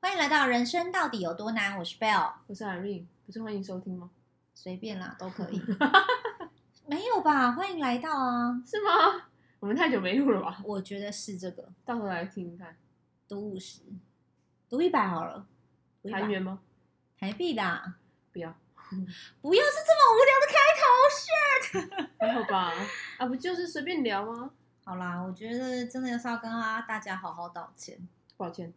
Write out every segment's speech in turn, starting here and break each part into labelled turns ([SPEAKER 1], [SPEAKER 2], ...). [SPEAKER 1] 欢迎来到人生到底有多难？我是 Bell，
[SPEAKER 2] 我是 Irene，不是欢迎收听吗？
[SPEAKER 1] 随便啦，都可以。没有吧？欢迎来到啊！
[SPEAKER 2] 是吗？我们太久没录了吧？
[SPEAKER 1] 我觉得是这个，
[SPEAKER 2] 到时候来听听看。
[SPEAKER 1] 读五十，读一百好了，读一
[SPEAKER 2] 韩
[SPEAKER 1] 百
[SPEAKER 2] 元吗？
[SPEAKER 1] 台币啦，
[SPEAKER 2] 不要，
[SPEAKER 1] 不要是这么无聊的开头是。
[SPEAKER 2] 还好吧？啊，不就是随便聊吗？
[SPEAKER 1] 好啦，我觉得真的是要跟啊大家好好道歉。
[SPEAKER 2] 抱歉，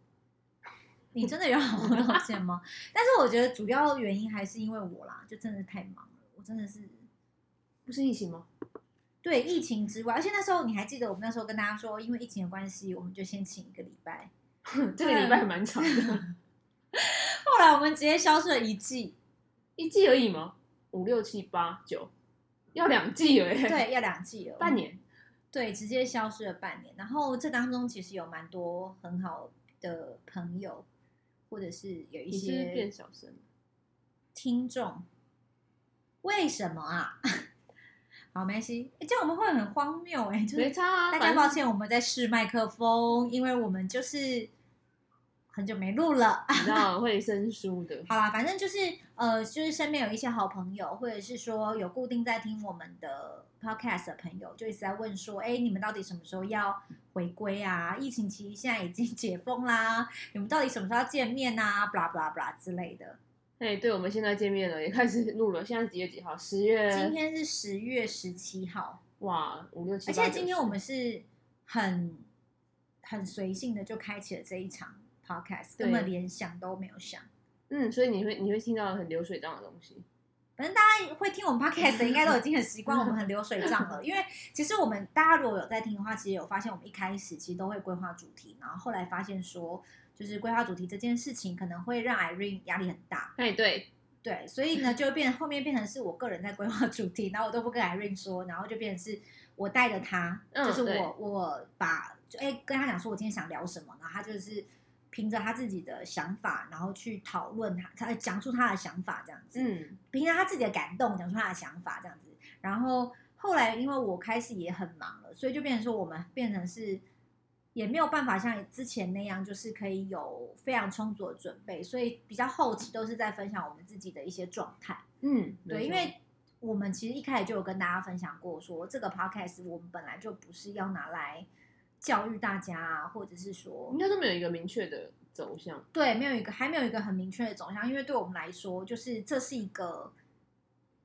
[SPEAKER 1] 你真的有好好道歉吗？但是我觉得主要原因还是因为我啦，就真的太忙了，我真的是
[SPEAKER 2] 不是疫情吗？
[SPEAKER 1] 对疫情之外，而且那时候你还记得我们那时候跟大家说，因为疫情的关系，我们就先请一个礼拜。
[SPEAKER 2] 这个礼拜还蛮 长的，
[SPEAKER 1] 后来我们直接消失了一季，
[SPEAKER 2] 一季而已吗？五六七八九，要两季了耶！，
[SPEAKER 1] 对，要两季了，
[SPEAKER 2] 半年。
[SPEAKER 1] 对，直接消失了半年。然后这当中其实有蛮多很好的朋友，或者是有一
[SPEAKER 2] 你是不是变
[SPEAKER 1] 些
[SPEAKER 2] 小声了，
[SPEAKER 1] 听众，为什么啊？ 好，没关系，诶这样我们会很荒谬哎、就
[SPEAKER 2] 没
[SPEAKER 1] 是
[SPEAKER 2] 差啊。
[SPEAKER 1] 大
[SPEAKER 2] 反
[SPEAKER 1] 家
[SPEAKER 2] 正
[SPEAKER 1] 抱歉，我们在试麦克风，因为我们就是很久没录了。
[SPEAKER 2] 你知道会生疏的。
[SPEAKER 1] 好啦，反正就是呃，就是身边有一些好朋友，或者是说有固定在听我们的 podcast 的朋友，就一直在问说，哎、你们到底什么时候要回归啊？疫情其实现在已经 解封啦，你们到底什么时候要见面啊？blah blah blah 之类的。
[SPEAKER 2] 哎，对，我们现在见面了，也开始录了。现在几月几号？十月。
[SPEAKER 1] 今天是十月十七号，
[SPEAKER 2] 哇，五六七
[SPEAKER 1] 而
[SPEAKER 2] 八。
[SPEAKER 1] 且今天我
[SPEAKER 2] 们。
[SPEAKER 1] 们是很很随性的就开启了这一场 podcast，
[SPEAKER 2] 对
[SPEAKER 1] 根本连想都没有想。
[SPEAKER 2] 嗯，所以你会你会听到很流水账的东西，
[SPEAKER 1] 反正大家会听我们 podcast 的应该都已经很习惯我们很流水账了，因为其实我们大家如果有在听的话，其实有发现我们一开始其实都会规划主题，然后后来发现说，就是规划主题这件事情可能会让 Irene 压力很大，
[SPEAKER 2] 哎，对，
[SPEAKER 1] 对，所以呢就变后面变成是我个人在规划主题，然后我都不跟 Irene 说，然后就变成是我带着他，
[SPEAKER 2] 嗯
[SPEAKER 1] 就是
[SPEAKER 2] 对
[SPEAKER 1] 我我把就哎、跟他讲说我今天想聊什么，然后他就是凭着他自己的想法，然后去讨论他他讲出他的想法这样子，
[SPEAKER 2] 嗯，
[SPEAKER 1] 平常他自己的感动，讲出他的想法这样子。然后后来因为我开始也很忙了，所以就变成说我们变成是也没有办法像之前那样，就是可以有非常充足的准备，所以比较后期都是在分享我们自己的一些状态。
[SPEAKER 2] 嗯，
[SPEAKER 1] 对，
[SPEAKER 2] 没
[SPEAKER 1] 因
[SPEAKER 2] 错
[SPEAKER 1] 为我们其实一开始就有跟大家分享过说这个 podcast 我们本来就不是要拿来教育大家啊，或者是说
[SPEAKER 2] 应该都没有一个明确的走向，
[SPEAKER 1] 对，没有一个还没有一个很明确的走向，因为对我们来说，就是这是一个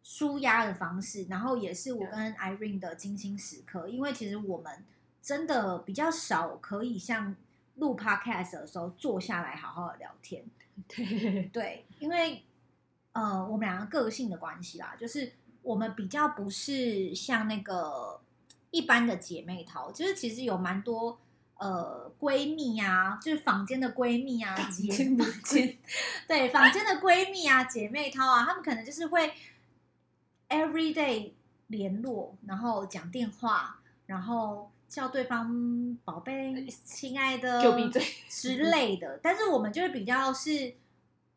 [SPEAKER 1] 舒压的方式，然后也是我
[SPEAKER 2] 对
[SPEAKER 1] 跟 Irene 的精心时刻，因为其实我们真的比较少可以像录 podcast 的时候坐下来好好的聊天，
[SPEAKER 2] 对，
[SPEAKER 1] 对，因为呃，我们两个个性的关系啦，就是我们比较不是像那个一般的姐妹淘，就是其实有蛮多呃闺蜜啊，就是坊间的闺蜜啊，姐
[SPEAKER 2] 间的
[SPEAKER 1] 坊间 对坊间的闺蜜啊，姐妹淘啊，她们可能就是会 every day 联络，然后讲电话，然后。叫对方宝
[SPEAKER 2] 呃
[SPEAKER 1] 贝、亲爱的，
[SPEAKER 2] 给我闭嘴，
[SPEAKER 1] 之类的。但是我们就是比较是，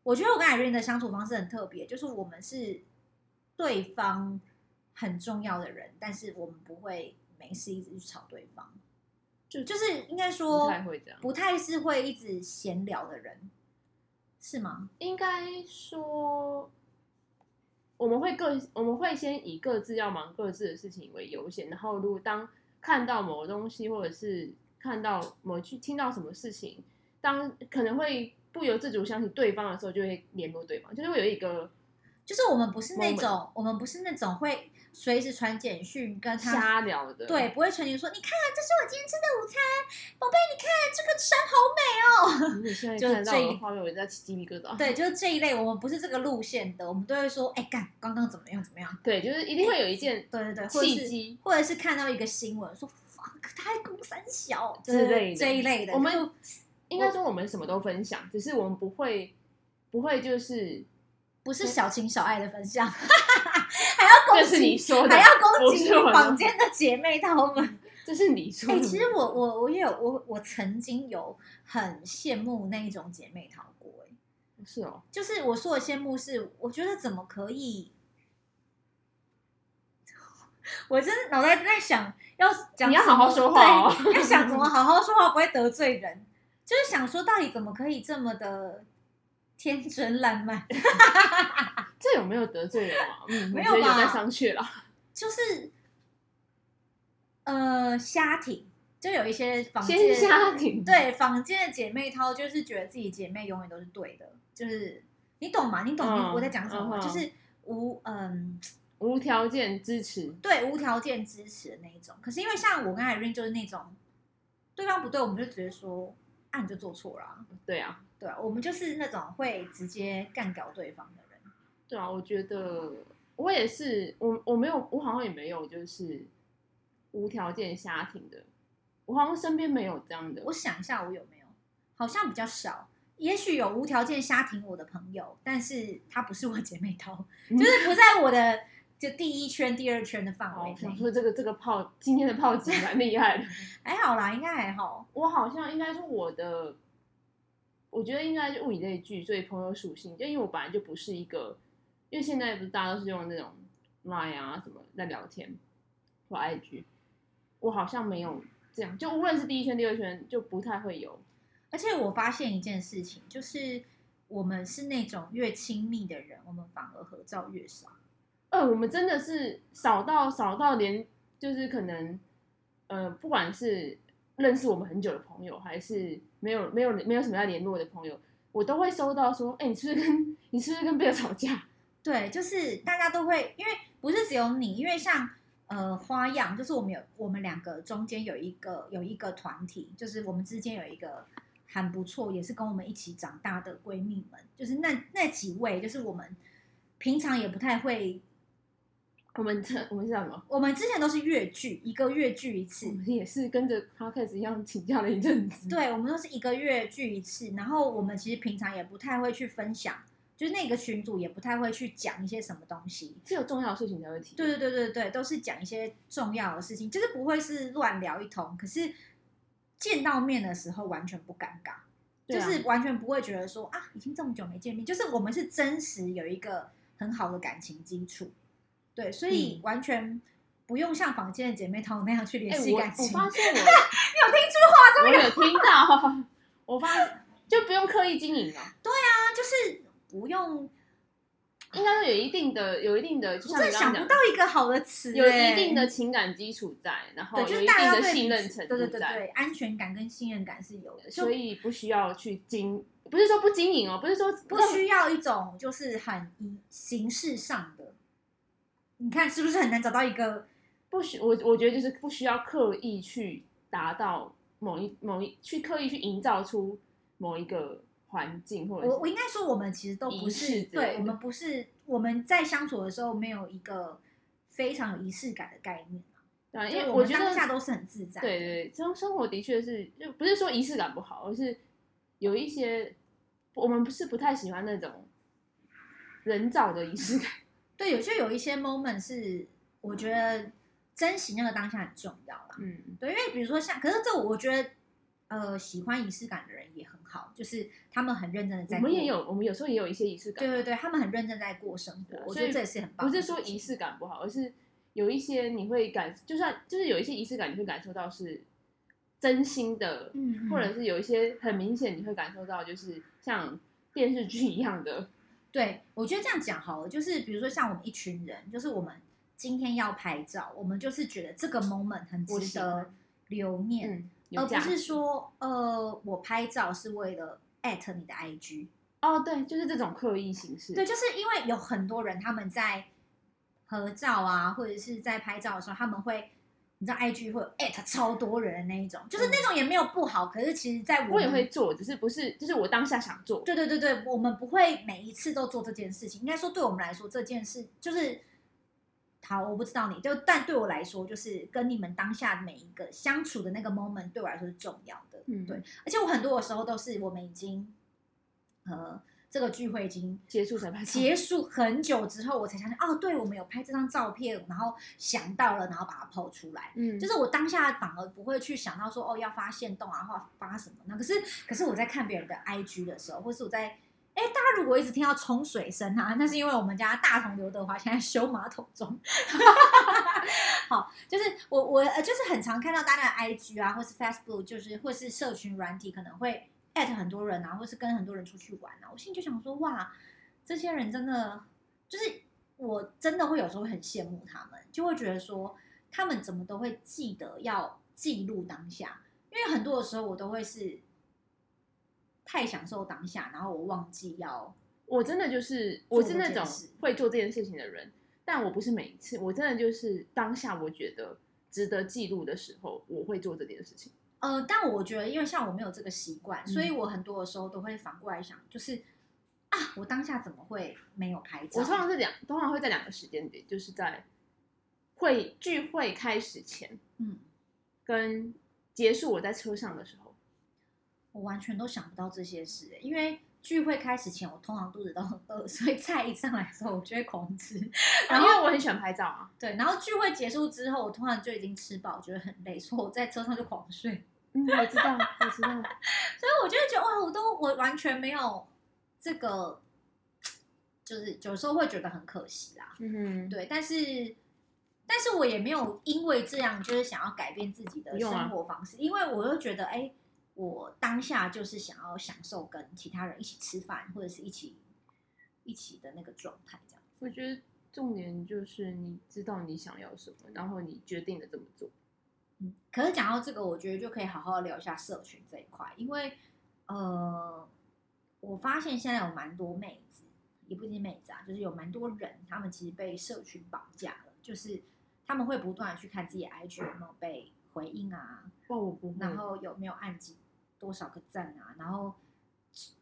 [SPEAKER 1] 我觉得我跟 Irene 的相处方式很特别，就是我们是对方很重要的人，但是我们不会没事一直去吵对方，
[SPEAKER 2] 就
[SPEAKER 1] 就是应该
[SPEAKER 2] 不
[SPEAKER 1] 说
[SPEAKER 2] 太会这样，
[SPEAKER 1] 不太是会一直闲聊的人，是吗？
[SPEAKER 2] 应该说我们会各我们会先以各自要忙各自的事情为优先，然后如果当看到某个东西或者是看到某去听到什么事情，当可能会不由自主想起对方的时候，就会联络对方，就是会有一个
[SPEAKER 1] 就是我们不是那种，我们不是那种会随时传简讯跟他
[SPEAKER 2] 瞎聊的，
[SPEAKER 1] 对，，不会传言说，你看，这是我今天吃的午餐，宝贝，你看这个山好美哦。
[SPEAKER 2] 你现 在
[SPEAKER 1] 就是
[SPEAKER 2] 看到我
[SPEAKER 1] 最
[SPEAKER 2] 的画面，我在起鸡皮疙瘩。
[SPEAKER 1] 对，就是这一类，我们不是这个路线的，我们都会说，哎、干，刚刚怎么样怎么样？
[SPEAKER 2] 对，就是一定会有一件
[SPEAKER 1] 对对对，或者
[SPEAKER 2] 契
[SPEAKER 1] 是
[SPEAKER 2] 机。
[SPEAKER 1] 或者是看到一个新闻说，fuck，他还三小
[SPEAKER 2] 之
[SPEAKER 1] 就是
[SPEAKER 2] 类的
[SPEAKER 1] 这一类的，
[SPEAKER 2] 我
[SPEAKER 1] 就
[SPEAKER 2] 们应该说我们什么都分享，只是我们不会不会就是
[SPEAKER 1] 不是小情小爱的分享，还要攻
[SPEAKER 2] 这是
[SPEAKER 1] 击，
[SPEAKER 2] 你说的
[SPEAKER 1] 还，要攻击
[SPEAKER 2] 不是我的
[SPEAKER 1] 房间的姐妹她 们。
[SPEAKER 2] 这是你
[SPEAKER 1] 哎、
[SPEAKER 2] 说的。
[SPEAKER 1] 其实我我我也有我我曾经有很羡慕那一种姐妹淘过、哎。
[SPEAKER 2] 是哦，
[SPEAKER 1] 就是我说的羡慕是，我觉得怎么可以？ 我真的脑袋在想，要讲
[SPEAKER 2] 你要
[SPEAKER 1] 什么
[SPEAKER 2] 好好说话哦
[SPEAKER 1] 对要想怎么好好说话，不会得罪人。就是想说到底怎么可以这么的天真烂漫？
[SPEAKER 2] 这有没有得罪人啊？嗯，
[SPEAKER 1] 没
[SPEAKER 2] 我
[SPEAKER 1] 有
[SPEAKER 2] 觉得有
[SPEAKER 1] 吧
[SPEAKER 2] 待商榷了。
[SPEAKER 1] 就是呃瞎挺，就有一些房
[SPEAKER 2] 先
[SPEAKER 1] 间
[SPEAKER 2] 下停，，
[SPEAKER 1] 对房间的姐妹淘，就是觉得自己姐妹永远都是对的，就是你懂吗？你懂
[SPEAKER 2] 嗯
[SPEAKER 1] 我在讲什么吗？
[SPEAKER 2] 嗯嗯
[SPEAKER 1] 就是无嗯
[SPEAKER 2] 无条件支持，
[SPEAKER 1] 对无条件支持的那一种。可是因为像我跟 Irene 就是那种，对方不对，我们就直接说啊你就做错了啊、
[SPEAKER 2] 对啊，
[SPEAKER 1] 对啊，我们就是那种会直接干掉对方的人。
[SPEAKER 2] 对啊，我觉得我也是，我我没有，我好像也没有就是无条件瞎挺的，我好像身边没有这样的
[SPEAKER 1] 我，想一下，我有没有？好像比较少。也许有无条件瞎挺我的朋友，但是他不是我姐妹淘，
[SPEAKER 2] 嗯
[SPEAKER 1] 就是不在我的就第一圈、第二圈的范围
[SPEAKER 2] 哦，想
[SPEAKER 1] 内。
[SPEAKER 2] 说这个这个炮今天的炮击蛮厉害的，
[SPEAKER 1] 还好啦，应该还好。
[SPEAKER 2] 我好像应该是我的，我觉得应该是物以类聚，所以朋友属性，就因为我本来就不是一个，因为现在不是大家都是用那种 Line 啊什么在聊天或 IG，我好像没有这样，就无论是第一圈、第二圈，就不太会有，
[SPEAKER 1] 而且我发现一件事情，就是我们是那种越亲密的人，我们反而合照越少。
[SPEAKER 2] 呃，我们真的是少到少到连就是可能，呃，不管是认识我们很久的朋友，还是没有没有没有什么要联络的朋友，我都会收到说，哎、你是不是跟 你是不是跟贝尔吵架？
[SPEAKER 1] 对，就是大家都会，因为不是只有你，因为像呃花样，就是我们有我们两个中间有一个有一个团体，就是我们之间有一个很不错，也是跟我们一起长大的闺蜜们，就是那那几位，就是我们平常也不太会，
[SPEAKER 2] 我们这我们是叫什么？
[SPEAKER 1] 我们之前都是越剧，一个月剧一次
[SPEAKER 2] 我，们也是跟着 podcast 一样请假了一阵子。，
[SPEAKER 1] 对，我们都是一个月聚一次，然后我们其实平常也不太会去分享，就是那个群组也不太会去讲一些什么东西，
[SPEAKER 2] 只有重要的事情才会提。
[SPEAKER 1] 对对对对对，都是讲一些重要的事情，就是不会是乱聊一通。可是见到面的时候完全不尴尬，
[SPEAKER 2] 对
[SPEAKER 1] 就
[SPEAKER 2] 啊
[SPEAKER 1] 是完全不会觉得说啊，已经这么久没见面，就是我们是真实有一个很好的感情基础，对，所以
[SPEAKER 2] 嗯
[SPEAKER 1] 完全不用像房间的姐妹淘那样去
[SPEAKER 2] 哎、
[SPEAKER 1] 联系
[SPEAKER 2] 我
[SPEAKER 1] 感
[SPEAKER 2] 我
[SPEAKER 1] 情。啊
[SPEAKER 2] 发 现我
[SPEAKER 1] 有听出话
[SPEAKER 2] 我有听到，我发就不用刻意经营了，
[SPEAKER 1] 吗？就是不用，
[SPEAKER 2] 应该说有一定的有一定的，就
[SPEAKER 1] 我
[SPEAKER 2] 像
[SPEAKER 1] 真
[SPEAKER 2] 你
[SPEAKER 1] 的
[SPEAKER 2] 刚刚
[SPEAKER 1] 想
[SPEAKER 2] 讲
[SPEAKER 1] 不
[SPEAKER 2] 的
[SPEAKER 1] 到一个好的词、
[SPEAKER 2] 有
[SPEAKER 1] 欸
[SPEAKER 2] 一定的情感基础在，然后
[SPEAKER 1] 对，就
[SPEAKER 2] 有
[SPEAKER 1] 是
[SPEAKER 2] 一
[SPEAKER 1] 大
[SPEAKER 2] 定
[SPEAKER 1] 家
[SPEAKER 2] 的
[SPEAKER 1] 对
[SPEAKER 2] 信
[SPEAKER 1] 彼
[SPEAKER 2] 任
[SPEAKER 1] 此
[SPEAKER 2] 程
[SPEAKER 1] 对对
[SPEAKER 2] 度
[SPEAKER 1] 对
[SPEAKER 2] 在，
[SPEAKER 1] 对，安全感跟信任感是有的，就
[SPEAKER 2] 所以不需要去经，不是说不经营哦，不是说
[SPEAKER 1] 不需要一种就是很以形式上的，你看是不是很难找到一个？
[SPEAKER 2] 不需我我觉得就是不需要刻意去达到某一某一去刻意去营造出某一个环境或者
[SPEAKER 1] 我
[SPEAKER 2] 是
[SPEAKER 1] 我应该说我们其实都不
[SPEAKER 2] 仪
[SPEAKER 1] 是，
[SPEAKER 2] 式之类的
[SPEAKER 1] 对我们不是我们在相处的时候没有一个非常有仪式感的概念，
[SPEAKER 2] 对啊，因
[SPEAKER 1] 就
[SPEAKER 2] 为
[SPEAKER 1] 我们
[SPEAKER 2] 觉得
[SPEAKER 1] 当下都是很自在的
[SPEAKER 2] 对对，对这种生活的确是就不是说仪式感不好，而是有一些我们不是不太喜欢那种人造的仪式感。
[SPEAKER 1] 对，有就有一些 moment 是我觉得珍惜那个当下很重要啦。
[SPEAKER 2] 嗯，
[SPEAKER 1] 对，因为比如说像，可是这我觉得，呃，喜欢仪式感的人也很好，就是他们很认真的
[SPEAKER 2] 我
[SPEAKER 1] 在过，
[SPEAKER 2] 们也有，我们有时候也有一些仪式感
[SPEAKER 1] 对。对对，他们很认真在过生活
[SPEAKER 2] 对啊，
[SPEAKER 1] 我
[SPEAKER 2] 所
[SPEAKER 1] 觉得
[SPEAKER 2] 以
[SPEAKER 1] 这也是很棒
[SPEAKER 2] 不
[SPEAKER 1] 的事
[SPEAKER 2] 是
[SPEAKER 1] 情。
[SPEAKER 2] 说仪式感不好，而是有一些你会感，就算就是有一些仪式感，你会感受到是真心的，
[SPEAKER 1] 嗯，嗯，
[SPEAKER 2] 或者是有一些很明显你会感受到，就是像电视剧一 样的，
[SPEAKER 1] 对，我觉得这样讲好了，就是比如说像我们一群人，就是我们今天要拍照，我们就是觉得这个 moment 很
[SPEAKER 2] 我
[SPEAKER 1] 值
[SPEAKER 2] 喜
[SPEAKER 1] 得
[SPEAKER 2] 欢
[SPEAKER 1] 留念，
[SPEAKER 2] 嗯，
[SPEAKER 1] 而
[SPEAKER 2] 有
[SPEAKER 1] 哦不
[SPEAKER 2] 价
[SPEAKER 1] 是
[SPEAKER 2] 值
[SPEAKER 1] 说呃，我拍照是为了。艾特你的 IG，
[SPEAKER 2] 哦，对，就是这种刻意形式，
[SPEAKER 1] 对，就是因为有很多人他们在合照啊，或者是在拍照的时候，他们会，你知道 IG 会有 at 超多人的那一种，就是那种也没有不好，可是其实在我
[SPEAKER 2] 嗯我也
[SPEAKER 1] 们
[SPEAKER 2] 会做，只是不是就是我当下想做，
[SPEAKER 1] 对对对对，我们不会每一次都做这件事情。应该说，对我们来说，这件事就是好，我不知道你，就但对我来说，就是跟你们当下每一个相处的那个 moment 对我来说是重要的。
[SPEAKER 2] 嗯
[SPEAKER 1] 对。而且我很多的时候都是我们已经呃这个聚会已经
[SPEAKER 2] 结束才拍照
[SPEAKER 1] 结束很久之后，我才想起哦，对我们有拍这张照片，然后想到了，然后把它抛出来。
[SPEAKER 2] 嗯，
[SPEAKER 1] 就是我当下反而不会去想到说哦要发现动啊或发什么呢？可是可是我在看别人的 IG 的时候，或是我在哎大家如果一直听到冲水声啊，那是因为我们家大同刘德华现在修马桶中。 好，就是我我呃就是很常看到大家的 IG 啊，或是 Facebook，就是或是社群软体可能会 at 很多人啊，或是跟很多人出去玩啊，我心里就想说，哇，这些人真的就是我真的会有时候会很羡慕他们，就会觉得说他们怎么都会记得要记录当下，因为很多的时候我都会是太享受当下，然后我忘记要
[SPEAKER 2] 我真的就是
[SPEAKER 1] 做
[SPEAKER 2] 我是
[SPEAKER 1] 这
[SPEAKER 2] 那
[SPEAKER 1] 件
[SPEAKER 2] 种
[SPEAKER 1] 事
[SPEAKER 2] 会做这件事情的人，但我不是每一次，我真的就是当下我觉得值得记录的时候，我会做这件事情。
[SPEAKER 1] 呃，但我觉得，因为像我没有这个习惯，所以
[SPEAKER 2] 嗯
[SPEAKER 1] 我很多的时候都会反过来想，就是啊，我当下怎么会没有拍照？
[SPEAKER 2] 我通常是两，通常会在两个时间点，就是在会聚会开始前
[SPEAKER 1] 嗯，
[SPEAKER 2] 跟结束我在车上的时候。
[SPEAKER 1] 我完全都想不到这些事、欸因为聚会开始前，我通常肚子都很饿，所以菜一上来的时候，我就会狂吃。
[SPEAKER 2] 然后、因为我很喜欢拍照啊，
[SPEAKER 1] 对，然后聚会结束之后，我通常就已经吃饱，觉得很累，所以我在车上就狂睡。
[SPEAKER 2] 嗯，我知道，我知 道，
[SPEAKER 1] 所以我就会觉得，哇，我都我完全没有这个，就是有时候会觉得很可惜啦。
[SPEAKER 2] 嗯哼，
[SPEAKER 1] 对，但是但是我也没有因为这样就是想要改变自己的
[SPEAKER 2] 不用啊
[SPEAKER 1] 生活方式，因为我又觉得，哎、我当下就是想要享受跟其他人一起吃饭或者是一起一起的那个状态，这样。
[SPEAKER 2] 我觉得重点就是你知道你想要什么，然后你决定了这么做。
[SPEAKER 1] 嗯，可是讲到这个，我觉得就可以好好聊一下社群这一块，因为呃，我发现现在有蛮多妹子，也不一定妹子啊，就是有蛮多人，他们其实被社群绑架了，就是他们会不断的去看自己的 IG 有没有被回应啊，
[SPEAKER 2] 哇，哦我不会。
[SPEAKER 1] 然后有没有按几多少个赞啊，然后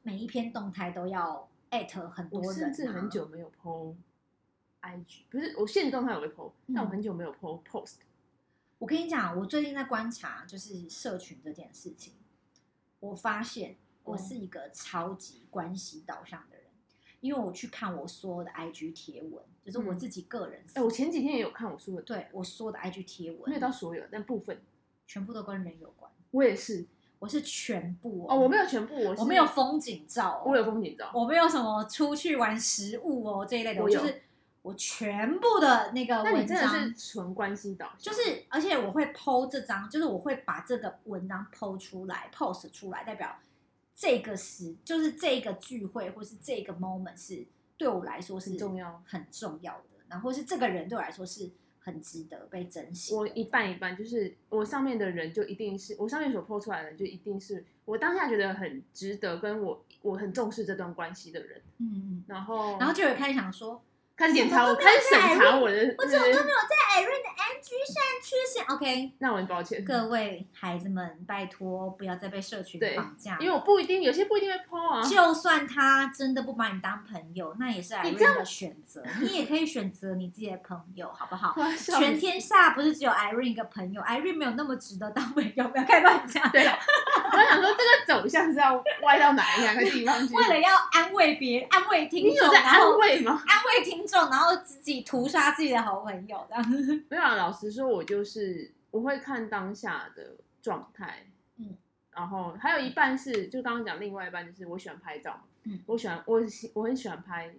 [SPEAKER 1] 每一篇动态都要艾特很多
[SPEAKER 2] 我
[SPEAKER 1] 人、啊，
[SPEAKER 2] 甚至很久没有 PO IG，不是我现动态我会 PO，、但
[SPEAKER 1] 嗯
[SPEAKER 2] 我很久没有 PO post。
[SPEAKER 1] 我跟你讲，我最近在观察就是社群这件事情，我发现
[SPEAKER 2] 嗯
[SPEAKER 1] 我是一个超级关系导向的人，因为我去看我所有的 IG 贴文，就是我
[SPEAKER 2] 嗯
[SPEAKER 1] 自己个人私，
[SPEAKER 2] 哎、我前几天也有看我说的，
[SPEAKER 1] 对我所有的 IG 贴
[SPEAKER 2] 没有到
[SPEAKER 1] 文，
[SPEAKER 2] 所有，但部分
[SPEAKER 1] 全部都跟人有关。
[SPEAKER 2] 我也是。
[SPEAKER 1] 我是全部
[SPEAKER 2] 哦，我没有，全部，我是
[SPEAKER 1] 我没有，风景照、哦，
[SPEAKER 2] 我有，风景照。
[SPEAKER 1] 我没有什么出去玩食物哦这一类的，
[SPEAKER 2] 我
[SPEAKER 1] 我
[SPEAKER 2] 有
[SPEAKER 1] 就是我全部的那个
[SPEAKER 2] 那你
[SPEAKER 1] 文
[SPEAKER 2] 真的
[SPEAKER 1] 章
[SPEAKER 2] 是纯关系导向，
[SPEAKER 1] 就是，而且我会 PO 这张，就是我会把这个文章 PO 出来，post 出来，代表这个时，就是这个聚会或是这个 moment 是对我来说是
[SPEAKER 2] 很重要
[SPEAKER 1] 很重要的，然后是这个人对我来说是很值得被珍惜的。
[SPEAKER 2] 我一半一半，就是我上面的人就一定是我上面所 PO 出来的人，就一定是我当下觉得很值得，跟我我很重视这段关系的人。
[SPEAKER 1] 嗯嗯，
[SPEAKER 2] 然后，
[SPEAKER 1] 然后就有人开始想说，
[SPEAKER 2] 开始检查我，
[SPEAKER 1] 怎么都
[SPEAKER 2] 开
[SPEAKER 1] 没有
[SPEAKER 2] 始审查我的，
[SPEAKER 1] 我怎么都没有在 Irene 哎的 IG 上出现？OK，
[SPEAKER 2] 那我很抱歉，
[SPEAKER 1] 各位孩子们，拜托不要再被社群
[SPEAKER 2] 对
[SPEAKER 1] 绑架了，
[SPEAKER 2] 因为我不一定，有些不一定会 PO 啊。
[SPEAKER 1] 就算他真的不把你当朋友，那也是
[SPEAKER 2] 你这
[SPEAKER 1] Irene 的选择，你也可以选择你自己的朋友，好不好？
[SPEAKER 2] 我要笑死
[SPEAKER 1] 全天下不是只有 Irene 一个朋友，Irene 没有那么值得当朋友，不要开乱讲。
[SPEAKER 2] 对，啊我想说这个走向是要歪到哪哪个地方去？
[SPEAKER 1] 为了要安慰别人、安慰听
[SPEAKER 2] 你有
[SPEAKER 1] 众，
[SPEAKER 2] 在
[SPEAKER 1] 然
[SPEAKER 2] 安
[SPEAKER 1] 后
[SPEAKER 2] 慰吗？
[SPEAKER 1] 安慰听众，然后自己屠杀自己的好朋友，这样子。
[SPEAKER 2] 没有啊，老实说，我就是我会看当下的状态，
[SPEAKER 1] 嗯，
[SPEAKER 2] 然后还有一半是就刚刚讲，另外一半就是我喜欢拍照，
[SPEAKER 1] 嗯
[SPEAKER 2] 我喜欢我喜我很喜欢拍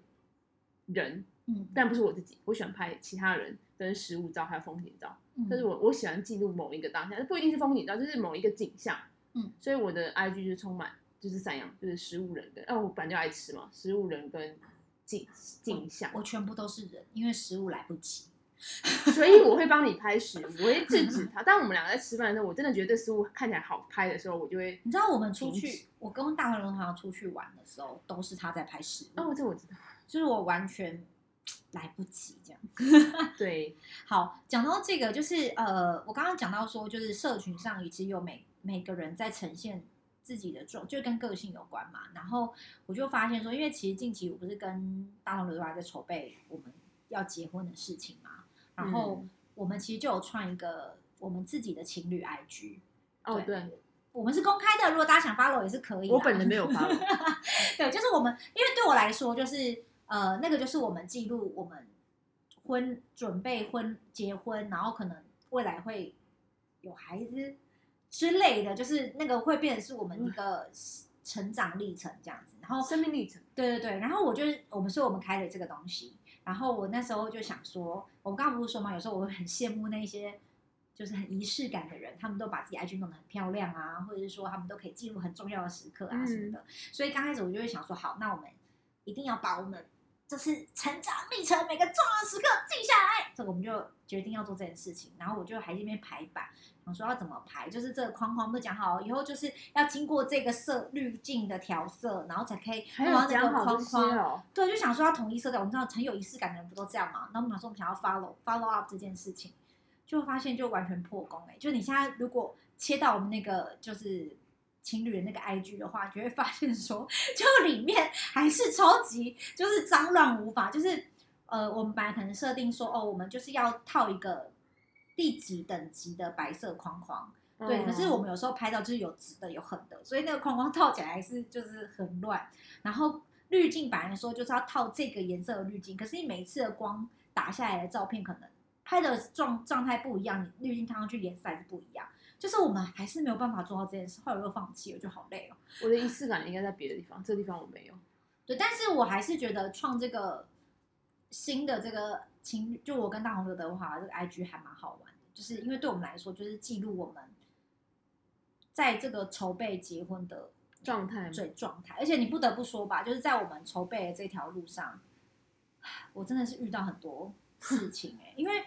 [SPEAKER 2] 人，
[SPEAKER 1] 嗯，
[SPEAKER 2] 但不是我自己，我喜欢拍其他人跟食物照还有风景照。
[SPEAKER 1] 嗯
[SPEAKER 2] 就是我我喜欢记录某一个当下，不一定是风景照，就是某一个景象。
[SPEAKER 1] 嗯，
[SPEAKER 2] 所以我的 IG 就充满就是三样，就是食物人跟，哦，我本来就爱吃嘛，食物人跟景景象，
[SPEAKER 1] 我全部都是人，因为食物来不及。
[SPEAKER 2] 所以我会帮你拍食物，我会制止他。当我们两个在吃饭的时候，我真的觉得这食物看起来好拍的时候，我就会，
[SPEAKER 1] 你知道我们出
[SPEAKER 2] 停止
[SPEAKER 1] 去，我跟大龙好像出去玩的时候，都是他在拍食物，
[SPEAKER 2] 哦，这我知道，
[SPEAKER 1] 就是我完全来不及这样。
[SPEAKER 2] 对，
[SPEAKER 1] 好，讲到这个，就是呃，我刚刚讲到说，就是社群上其实有每每个人在呈现自己的状，就跟个性有关嘛。然后我就发现说，因为其实近期我不是跟大同刘德华在筹备我们要结婚的事情嘛，然后
[SPEAKER 2] 嗯
[SPEAKER 1] 我们其实就有创一个我们自己的情侣 IG，
[SPEAKER 2] 哦对，
[SPEAKER 1] 我们是公开的，如果大家想 follow 也是可以啦。
[SPEAKER 2] 我本人没有 发，
[SPEAKER 1] 对，就是我们，因为对我来说，就是呃，那个就是我们记录我们婚准备婚结婚，然后可能未来会有孩子之类的，就是那个会变成是我们一个成长历程这样子。然后
[SPEAKER 2] 哦生命历程，
[SPEAKER 1] 对对对，然后我就是我们，所以我们开了这个东西。然后我那时候就想说，我刚刚不是说嘛，有时候我会很羡慕那一些就是很仪式感的人，他们都把自己 IG 弄得很漂亮啊，或者是说他们都可以进入很重要的时刻啊
[SPEAKER 2] 嗯
[SPEAKER 1] 什么的。所以刚开始我就会想说，好，那我们一定要把我们就是成长历程每个重要的时刻记下来。这个我们就决定要做这件事情，然后我就还在那边排版，想说要怎么排，就是这个框框都讲好，以后就是要经过这个色滤镜的调色，然后才可以
[SPEAKER 2] 还
[SPEAKER 1] 弄
[SPEAKER 2] 有
[SPEAKER 1] 到那
[SPEAKER 2] 讲
[SPEAKER 1] 啊个
[SPEAKER 2] 好这
[SPEAKER 1] 框
[SPEAKER 2] 些
[SPEAKER 1] 框。
[SPEAKER 2] 哦，
[SPEAKER 1] 对，就想说要统一色调，我们知道很有仪式感的人不都这样嘛？那我们想说我们想要 follow follow up 这件事情，就发现就完全破功哎、欸！就你现在如果切到我们那个就是情侣的那个 IG 的话，就会发现说，就里面还是超级就是脏乱无法，就是呃，我们本来可能设定说哦，我们就是要套一个第几等级的白色框框，对，可
[SPEAKER 2] 嗯
[SPEAKER 1] 是我们有时候拍照就是有直的有横的，所以那个框框套起来还是就是很乱。然后滤镜本来说就是要套这个颜色的滤镜，可是你每一次的光打下来的照片可能拍的状状态不一样，你滤镜看上去颜色还是不一样。就是我们还是没有办法做到这件事，后来我就放弃了，就好累哦。
[SPEAKER 2] 我的仪式感应该在别的地方，这地方我没有。
[SPEAKER 1] 对，但是我还是觉得创这个新的这个情侣，就我跟大红刘德华这个 IG 还蛮好玩的，就是因为对我们来说，就是记录我们在这个筹备结婚的
[SPEAKER 2] 状态吗
[SPEAKER 1] 对状态。而且你不得不说吧，就是在我们筹备的这条路上，我真的是遇到很多事情哎、因为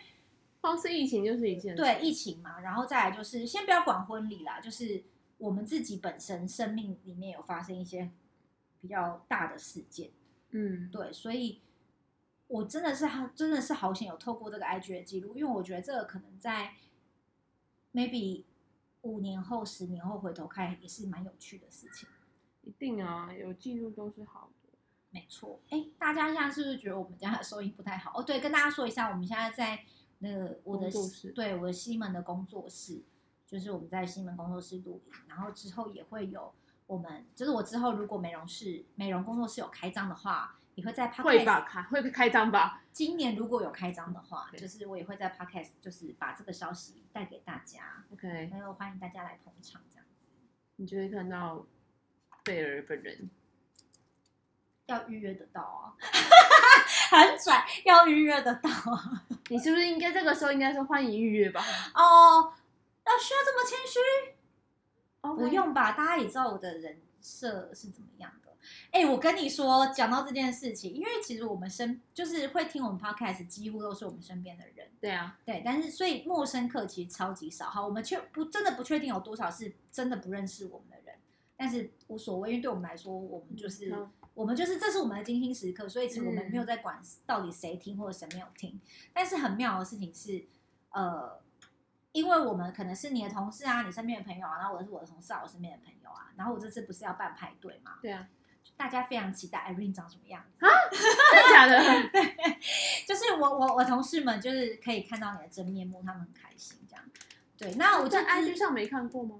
[SPEAKER 2] 光是疫情就是一件事，
[SPEAKER 1] 对疫情嘛，然后再来就是先不要管婚礼啦，就是我们自己本身生命里面有发生一些比较大的事件。
[SPEAKER 2] 嗯，
[SPEAKER 1] 对，所以我真的是好，真的是好险有透过这个 IG 的记录，因为我觉得这个可能在 maybe 五年后、十年后回头看也是蛮有趣的事情。
[SPEAKER 2] 一定啊，有记录都是好的。
[SPEAKER 1] 没错，哎，大家现在是不是觉得我们家的收音不太好？哦，对，跟大家说一下，我们现在在那个我的
[SPEAKER 2] 工作室
[SPEAKER 1] 对我的西门的工作室，就是我们在西门工作室录影，然后之后也会有我们，就是我之后如果美容室、美容工作室有开张的话，也会在 p o d
[SPEAKER 2] 会吧，开会开张吧，
[SPEAKER 1] 今年如果有开张的话，
[SPEAKER 2] 对
[SPEAKER 1] 就是我也会在 podcast 就是把这个消息带给大家，
[SPEAKER 2] ，OK，
[SPEAKER 1] 然后欢迎大家来捧场这样子。
[SPEAKER 2] 你就会看到贝尔本人。
[SPEAKER 1] 要预约得到啊， 很拽，要预约得到啊。
[SPEAKER 2] 你是不是应该这个时候应该说欢迎预约吧？
[SPEAKER 1] 哦，要需要这么谦虚？不
[SPEAKER 2] 不，
[SPEAKER 1] 用吧，大家也知道我的人设是怎么样的。哎、我跟你说，讲到这件事情，因为其实我们身就是会听我们 podcast，几乎都是我们身边的人。
[SPEAKER 2] 对啊，
[SPEAKER 1] 对，但是所以陌生客其实超级少。好，我们确不真的不确定有多少是真的不认识我们的人，但是无所谓，因为对我们来说，我们就是、
[SPEAKER 2] 嗯
[SPEAKER 1] 我们就是这是我们的精心时刻，所以其实我们
[SPEAKER 2] 嗯
[SPEAKER 1] 没有在管到底谁听或者谁没有听。但是很妙的事情是，呃，因为我们可能是你的同事啊，你身边的朋友啊，然后我是我的同事啊，我身边的朋友啊，然后我这次不是要办派对嘛，
[SPEAKER 2] 对啊，
[SPEAKER 1] 大家非常期待 Irene 长什么样子。
[SPEAKER 2] 真的假的？
[SPEAKER 1] 就是我我我同事们就是可以看到你的真面目，他们很开心这样。对，那我就
[SPEAKER 2] 在 IG
[SPEAKER 1] 只
[SPEAKER 2] 上没看过吗？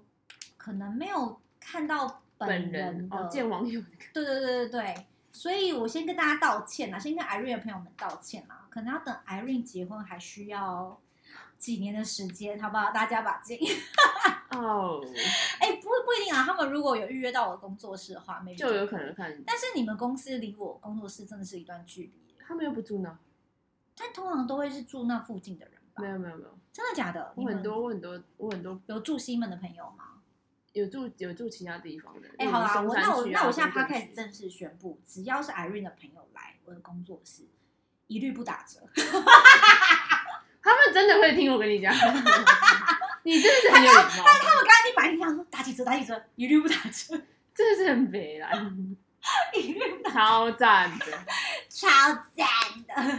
[SPEAKER 1] 可能没有看到
[SPEAKER 2] 本
[SPEAKER 1] 人
[SPEAKER 2] 人
[SPEAKER 1] 的，
[SPEAKER 2] 哦，见网友的感觉
[SPEAKER 1] 对对对对对，所以我先跟大家道歉啦，先跟 Irene 的朋友们道歉啦，可能要等 Irene 结婚还需要几年的时间，好不好？大家把劲。
[SPEAKER 2] 哦，
[SPEAKER 1] 哎、不不一定啊，他们如果有预约到我的工作室的话，maybe
[SPEAKER 2] 就有可能看。
[SPEAKER 1] 但是你们公司离我工作室真的是一段距离耶，
[SPEAKER 2] 他们又不住呢？
[SPEAKER 1] 但通常都会是住那附近的人吧
[SPEAKER 2] 没？有没有没有，
[SPEAKER 1] 真的假的？
[SPEAKER 2] 我
[SPEAKER 1] 啊你们
[SPEAKER 2] 很多我很多我很多
[SPEAKER 1] 有住西门的朋友吗？
[SPEAKER 2] 有住有住其他地方的。
[SPEAKER 1] 哎、好啦，
[SPEAKER 2] 松
[SPEAKER 1] 我
[SPEAKER 2] 山
[SPEAKER 1] 那我
[SPEAKER 2] 区啊
[SPEAKER 1] 那我现在
[SPEAKER 2] 松山
[SPEAKER 1] podcast
[SPEAKER 2] 区
[SPEAKER 1] 正式宣布，只要是 Irene 的朋友来我的工作室，一律不打折。
[SPEAKER 2] 嗯他们真的会听我跟 你讲，你真的是很有礼貌，
[SPEAKER 1] 他们刚刚一买一样说打几折打几折，一律不打折，
[SPEAKER 2] 真的是很北蓝，
[SPEAKER 1] 一律不打
[SPEAKER 2] 超赞的。
[SPEAKER 1] 超赞的。哎、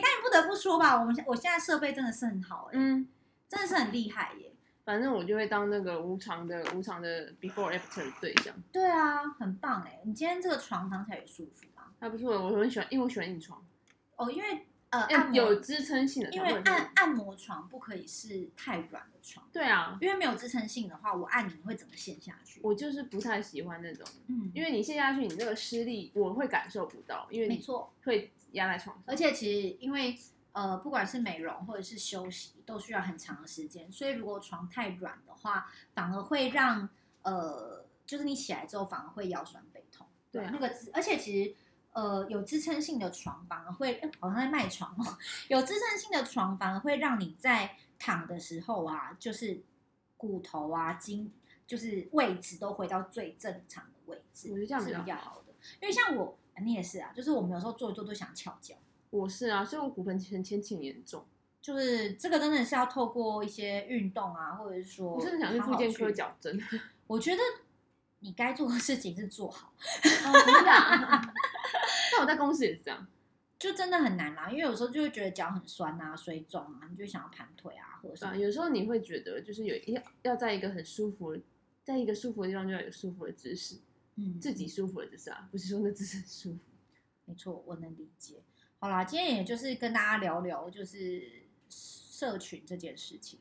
[SPEAKER 1] 但你不得不说吧，我们现我现在设备真的是很好、哎、
[SPEAKER 2] 嗯，
[SPEAKER 1] 真的是很厉害耶、
[SPEAKER 2] 反正我就会当那个无偿的无偿的 before after 的对象，
[SPEAKER 1] 对啊，很棒哎、你今天这个床躺起来有舒服吗？
[SPEAKER 2] 还不错。我很喜欢，因为我喜欢硬床，
[SPEAKER 1] 哦，因为呃
[SPEAKER 2] 要
[SPEAKER 1] 按摩
[SPEAKER 2] 嗯有支撑性的
[SPEAKER 1] 因
[SPEAKER 2] 才
[SPEAKER 1] 为
[SPEAKER 2] 会很
[SPEAKER 1] 按按摩床不可以是太软的床，
[SPEAKER 2] 对啊，
[SPEAKER 1] 因为没有支撑性的话，我按你会整个陷下去。
[SPEAKER 2] 我就是不太喜欢那种，
[SPEAKER 1] 嗯，
[SPEAKER 2] 因为你陷下去，你那个施力我会感受不到，因为
[SPEAKER 1] 没
[SPEAKER 2] 你
[SPEAKER 1] 错。
[SPEAKER 2] 会压在床上。
[SPEAKER 1] 而且其实因为呃，不管是美容或者是休息，都需要很长的时间，所以如果床太软的话，反而会让呃，就是你起来之后反而会腰酸背痛。
[SPEAKER 2] 对啊
[SPEAKER 1] 那个姿，而且其实呃有支撑性的床反而会，哎好像在卖床哦， 有支撑性的床反而会让你在躺的时候啊，就是骨头啊、筋，就是位置都回到最正常的位置，
[SPEAKER 2] 我觉得这样
[SPEAKER 1] 是
[SPEAKER 2] 比较
[SPEAKER 1] 比较好的。因为像我，你也是啊，就是我们有时候坐一坐都想翘脚。
[SPEAKER 2] 我是啊，所以我骨盆前倾挺严重。
[SPEAKER 1] 就是这个真的是要透过一些运动啊，或者是说，
[SPEAKER 2] 我甚至想去
[SPEAKER 1] 好好
[SPEAKER 2] 复健科
[SPEAKER 1] 去。哦
[SPEAKER 2] 矫正。
[SPEAKER 1] 我觉得你该做的事情是做好，
[SPEAKER 2] 哦，真的、啊？ 但我在公司也是 这样。
[SPEAKER 1] 就真的很难啦，因为有时候就会觉得脚很酸啊、水肿啊，你就想要盘腿啊，或者
[SPEAKER 2] 对啊，
[SPEAKER 1] 是
[SPEAKER 2] 有时候你会觉得就是有要要在一个很舒服，在一个舒服的地方就要有舒服的姿势，
[SPEAKER 1] 嗯，
[SPEAKER 2] 自己舒服的姿势啊，不是说那姿势很舒服。
[SPEAKER 1] 没错，我能理解。好啦，今天也就是跟大家聊聊，就是社群这件事情，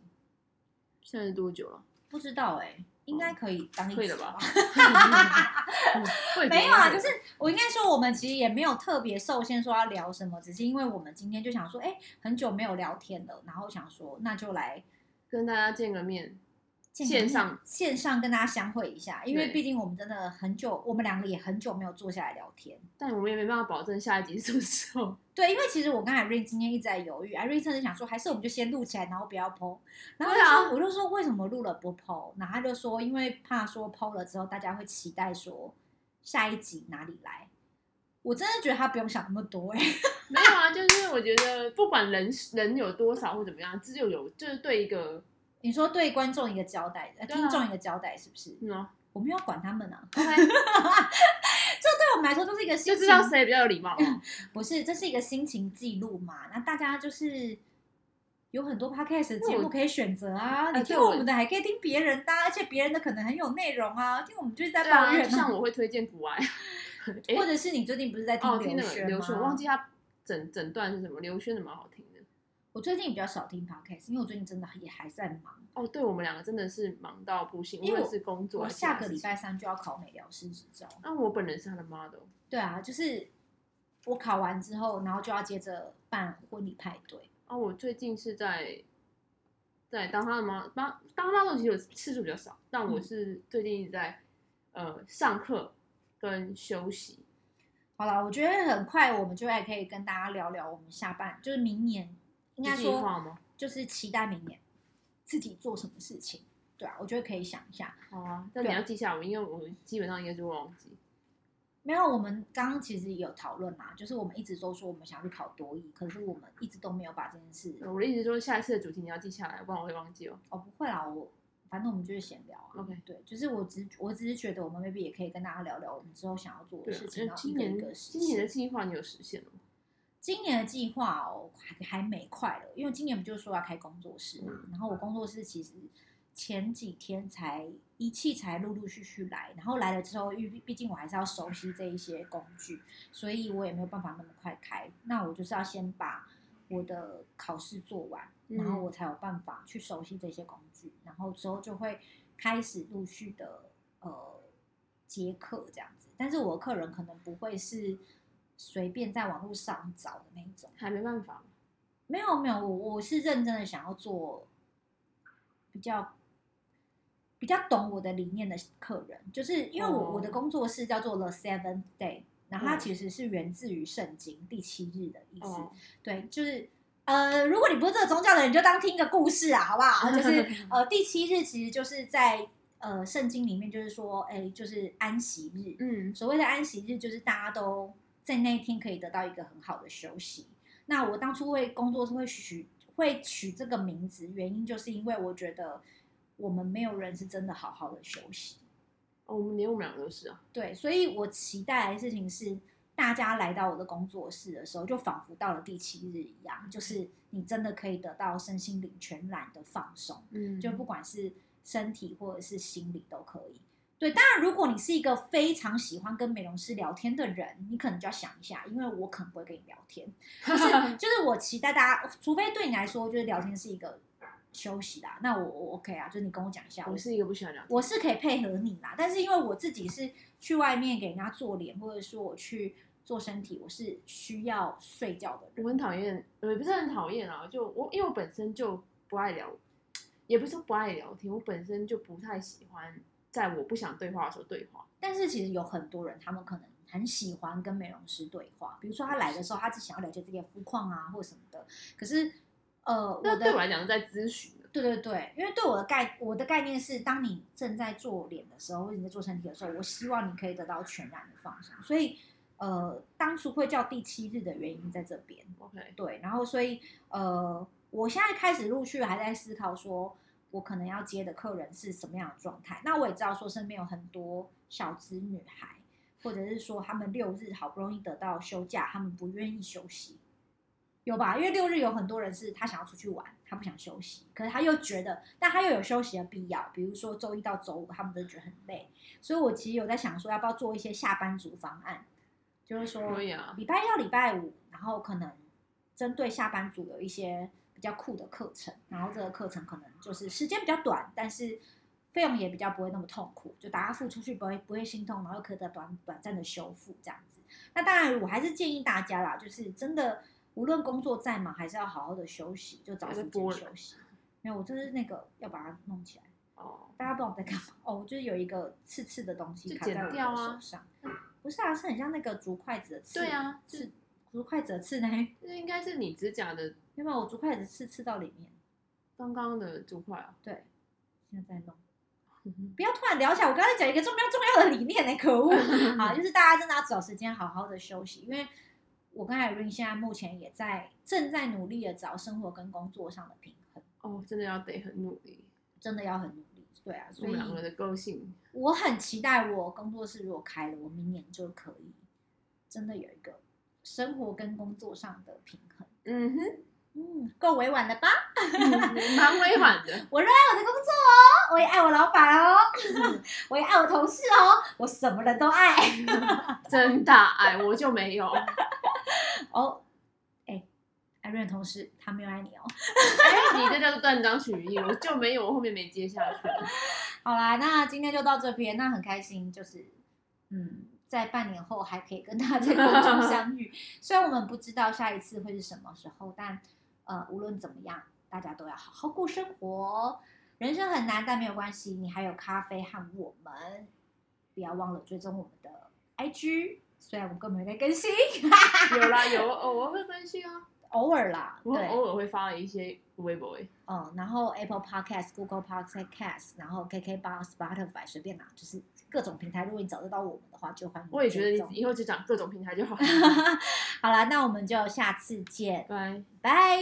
[SPEAKER 2] 现在是多久了？
[SPEAKER 1] 不知道哎、应该可以当一
[SPEAKER 2] 退
[SPEAKER 1] 集？
[SPEAKER 2] 哦了吧嗯会
[SPEAKER 1] 没有啊，
[SPEAKER 2] 觉
[SPEAKER 1] 就
[SPEAKER 2] 得
[SPEAKER 1] 是我应该说，我们其实也没有特别受限说要聊什么，只是因为我们今天就想说，哎、很久没有聊天了，然后想说那就来
[SPEAKER 2] 跟大家见个面，
[SPEAKER 1] 见个面
[SPEAKER 2] 线上
[SPEAKER 1] 线上跟大家相会一下，因为
[SPEAKER 2] 对
[SPEAKER 1] 毕竟我们真的很久，我们两个也很久没有坐下来聊天。
[SPEAKER 2] 但我们也没办法保证下一集是什么时候。
[SPEAKER 1] 对，因为其实我跟 Irene 今天一直在犹豫，Irene 啊甚至想说，还是我们就先录起来，然后不要 PO。然后
[SPEAKER 2] 对啊
[SPEAKER 1] 就说我就说为什么录了不 PO？然后他就说，因为怕说 PO 了之后，大家会期待说下一集哪里来。我真的觉得他不用想那么多哎、
[SPEAKER 2] 没有啊，就是我觉得不管人人有多少或怎么样，这就有就是对一个
[SPEAKER 1] 你说对观众一个交代，呃、
[SPEAKER 2] 对啊
[SPEAKER 1] 听众一个交代，是不是？
[SPEAKER 2] 嗯、啊、
[SPEAKER 1] 我们要管他们啊，
[SPEAKER 2] ，OK，
[SPEAKER 1] 这对啊我们来说就是一个心
[SPEAKER 2] 就
[SPEAKER 1] 情，嗯
[SPEAKER 2] 知道谁比较有礼貌哦。
[SPEAKER 1] 不是，这是一个心情记录嘛。那大家就是有很多 podcast 的节目可以选择啊，
[SPEAKER 2] 呃
[SPEAKER 1] 你听
[SPEAKER 2] 对我
[SPEAKER 1] 我们的还可以听别人的啊、而且别人的可能很有内容啊，听我们就是在
[SPEAKER 2] 对
[SPEAKER 1] 抱
[SPEAKER 2] 啊，
[SPEAKER 1] 怨、
[SPEAKER 2] 就像我会推 荐古埃，哎
[SPEAKER 1] 或者是你最近不是在
[SPEAKER 2] 哦，
[SPEAKER 1] 听
[SPEAKER 2] 听那个
[SPEAKER 1] 轩
[SPEAKER 2] 刘
[SPEAKER 1] 吗？
[SPEAKER 2] 轩，我忘记他整整段是什么，刘轩的蛮好听的。
[SPEAKER 1] 我最近比较少听 podcast，因为我最近真的也还在忙。
[SPEAKER 2] 哦，对我们两个真的是忙到不行，
[SPEAKER 1] 因为我
[SPEAKER 2] 无论是工作
[SPEAKER 1] 我
[SPEAKER 2] 还是
[SPEAKER 1] 下个礼
[SPEAKER 2] 其他
[SPEAKER 1] 拜三就要考美疗师执照。
[SPEAKER 2] 事情，那我本人是他的哦 model，
[SPEAKER 1] 对啊，就是我考完之后，然后就要接着办婚礼派对。
[SPEAKER 2] 啊，我最近是在在当他的 model，当当 model 其实我次数比较少，但我
[SPEAKER 1] 嗯
[SPEAKER 2] 是最近一直在呃上课跟休息，
[SPEAKER 1] 好了，我觉得很快我们就还可以跟大家聊聊我们下半，就是明年应该
[SPEAKER 2] 你计
[SPEAKER 1] 说
[SPEAKER 2] 划吗？
[SPEAKER 1] 就是期待明年自己做什么事情。对啊，我觉得可以想一下。
[SPEAKER 2] 好啊，但你
[SPEAKER 1] 对
[SPEAKER 2] 要记下我，因为我基本上应该是会忘记。
[SPEAKER 1] 没有，我们刚刚其实有讨论嘛，就是我们一直都说我们想要去考多艺，可是我们一直都没有把这件事。
[SPEAKER 2] 我的意思说，下一次的主题你要记下来，不然我会忘记哦。
[SPEAKER 1] 哦，不会啦，我反正我们就是闲聊啊。
[SPEAKER 2] OK
[SPEAKER 1] 对，就是我只我只是觉得我们 maybe 也可以跟大家聊聊我们之后想要做的
[SPEAKER 2] 对啊
[SPEAKER 1] 事，情，
[SPEAKER 2] 那
[SPEAKER 1] 然后一
[SPEAKER 2] 今
[SPEAKER 1] 个一
[SPEAKER 2] 年
[SPEAKER 1] 个实
[SPEAKER 2] 今年
[SPEAKER 1] 现
[SPEAKER 2] 的计划你有实现了吗？
[SPEAKER 1] 今年的计划哦，还还没快了，因为今年不就说要开工作室嘛，
[SPEAKER 2] 嗯
[SPEAKER 1] 然后我工作室其实前几天才仪器才陆陆续续来，然后来了之后，因为毕竟我还是要熟悉这一些工具，所以我也没有办法那么快开。那我就是要先把我的考试做完，
[SPEAKER 2] 嗯
[SPEAKER 1] 然后我才有办法去熟悉这些工具，然后之后就会开始陆续的呃接客这样子。但是我的客人可能不会是随便在网络上找的那一种，
[SPEAKER 2] 还没办法，
[SPEAKER 1] 没有没有，我我是认真的想要做比较。比较懂我的理念的客人，就是因为我、
[SPEAKER 2] 哦
[SPEAKER 1] 我的工作室叫做 The Seventh Day，然后它
[SPEAKER 2] 嗯
[SPEAKER 1] 其实是源自于圣经第七日的意思。
[SPEAKER 2] 哦，
[SPEAKER 1] 对，就是呃，如果你不是这个宗教的人，你就当听一个故事啊，好不好？就是呃，第七日其实就是在呃圣经里面，就是说，哎，就是安息日。
[SPEAKER 2] 嗯，
[SPEAKER 1] 所谓的安息日，就是大家都在那一天可以得到一个很好的休息。那我当初会工作是会取会取这个名字，原因就是因为我觉得我们没有人是真的好好的休息。
[SPEAKER 2] 哦，我们连我们两个都是啊，
[SPEAKER 1] 对，所以我期待的事情是，大家来到我的工作室的时候，就仿佛到了第七日一
[SPEAKER 2] 嗯
[SPEAKER 1] 样，就是你真的可以得到身心灵全然的放松，
[SPEAKER 2] 嗯
[SPEAKER 1] 就不管是身体或者是心理都可以。对，当然，如果你是一个非常喜欢跟美容师聊天的人，你可能就要想一下，因为我可能不会跟你聊 天。就是就是我期待大家，除非对你来说，就是聊天是一个休息啦，那我我 OK 啊，就是你跟我讲一下，
[SPEAKER 2] 我是一个不喜欢聊天，
[SPEAKER 1] 我是可以配合你啦，但是因为我自己是去外面给人家做脸，或者说我去做身体，我是需要睡觉的人。
[SPEAKER 2] 我很讨厌，我也不是很讨厌啊，就我因为我本身就不爱聊，也不是说不爱聊天，我本身就不太喜欢在我不想对话的时候对话，
[SPEAKER 1] 但是其实有很多人，他们可能很喜欢跟美容师对话，比如说他来的时候，他只想要了解自己的肤况啊，或什么的。可是，呃，我
[SPEAKER 2] 那对我
[SPEAKER 1] 的
[SPEAKER 2] 来讲是在咨询啊，
[SPEAKER 1] 对对对，因为对我的概我的概念是，当你正在做脸的时候，或者你在做身体的时候，我希望你可以得到全然的放松。所以，呃，当初会叫第七日的原因在这边。
[SPEAKER 2] OK，
[SPEAKER 1] 对，然后所以呃，我现在开始陆续还在思考说，我可能要接的客人是什么样的状态。那我也知道说身边有很多小资女孩，或者是说她们六日好不容易得到休假，她们不愿意休息，有吧？因为六日有很多人是她想要出去玩，她不想休息，可是她又觉得，但她又有休息的必要，比如说周一到周五，她们都觉得很累。所以我其实有在想说，要不要做一些下班族方案，就是说。
[SPEAKER 2] 可以啊，
[SPEAKER 1] 礼拜一到礼拜五，然后可能针对下班族有一些比较酷的课程，然后这个课程可能就是时间比较短，但是费用也比较不会那么痛苦，就大家付出去不会不会心痛，然后又可以得到短短暂的修复这样子。那当然，我还是建议大家啦，就是真的无论工作再忙，还是要好好的休息，就找
[SPEAKER 2] 还
[SPEAKER 1] 时
[SPEAKER 2] 是
[SPEAKER 1] 间
[SPEAKER 2] 波
[SPEAKER 1] 休息。没有，我就是那个要把它弄起来。
[SPEAKER 2] 哦，
[SPEAKER 1] 大家不知道我在干嘛哦，我就是有一个刺刺的东西
[SPEAKER 2] 就
[SPEAKER 1] 卡在
[SPEAKER 2] 剪
[SPEAKER 1] 我的
[SPEAKER 2] 掉啊
[SPEAKER 1] 手上，不是啊，是很像那个竹筷子的刺，
[SPEAKER 2] 对啊
[SPEAKER 1] 刺竹筷子的刺呢？没
[SPEAKER 2] 这应该是你指甲的
[SPEAKER 1] 有，我竹筷子刺刺到里面，
[SPEAKER 2] 刚刚的这块啊，
[SPEAKER 1] 对，现在在弄。不要突然聊起来，我刚才讲一个重要重要的理念呢、可恶！好，就是大家真的要找时间好好的休息，因为我跟 Irene 现在目前也在正在努力的找生活跟工作上的平衡，
[SPEAKER 2] 哦，真的要得很努力，
[SPEAKER 1] 真的要很努力。对啊，
[SPEAKER 2] 我
[SPEAKER 1] 所以
[SPEAKER 2] 们两个的个性，
[SPEAKER 1] 我很期待我工作室如果开了，我明年就可以真的有一个生活跟工作上的平衡。
[SPEAKER 2] 嗯哼，
[SPEAKER 1] 嗯，够委婉了吧？
[SPEAKER 2] 嗯蛮委婉的，
[SPEAKER 1] 我热爱我的工作哦，我也爱我老板 哦，我也爱我同事哦，我什么人都爱。
[SPEAKER 2] 真大爱，我就没有，
[SPEAKER 1] 哦，哎，艾瑞的同事他没有爱你哦。
[SPEAKER 2] 哎，你这叫做断章取义，我就没有，我后面没接下去，
[SPEAKER 1] 好啦，那今天就到这边，那很开心，就是嗯，在半年后还可以跟大家 在空中相遇。虽然我们不知道下一次会是什么时候，但呃，无论怎么样，大家都要好好过生活。人生很难，但没有关系，你还有咖啡和我们。不要忘了追踪我们的 IG，虽然我们根本没在更新，
[SPEAKER 2] 有啦有，哦，我会分析啊，
[SPEAKER 1] 偶尔啦，
[SPEAKER 2] 我
[SPEAKER 1] 对，
[SPEAKER 2] 偶尔会发一些微博，哎
[SPEAKER 1] 嗯，然后 Apple Podcast、Google Podcast，然后 KKBox、Spotify 随便拿，就是各种平台，如果你找得到我们的话，就欢迎。
[SPEAKER 2] 我也觉得 你。以后就讲各种平台就好了，
[SPEAKER 1] 好啦，那我们就下次见，
[SPEAKER 2] 拜。
[SPEAKER 1] 拜。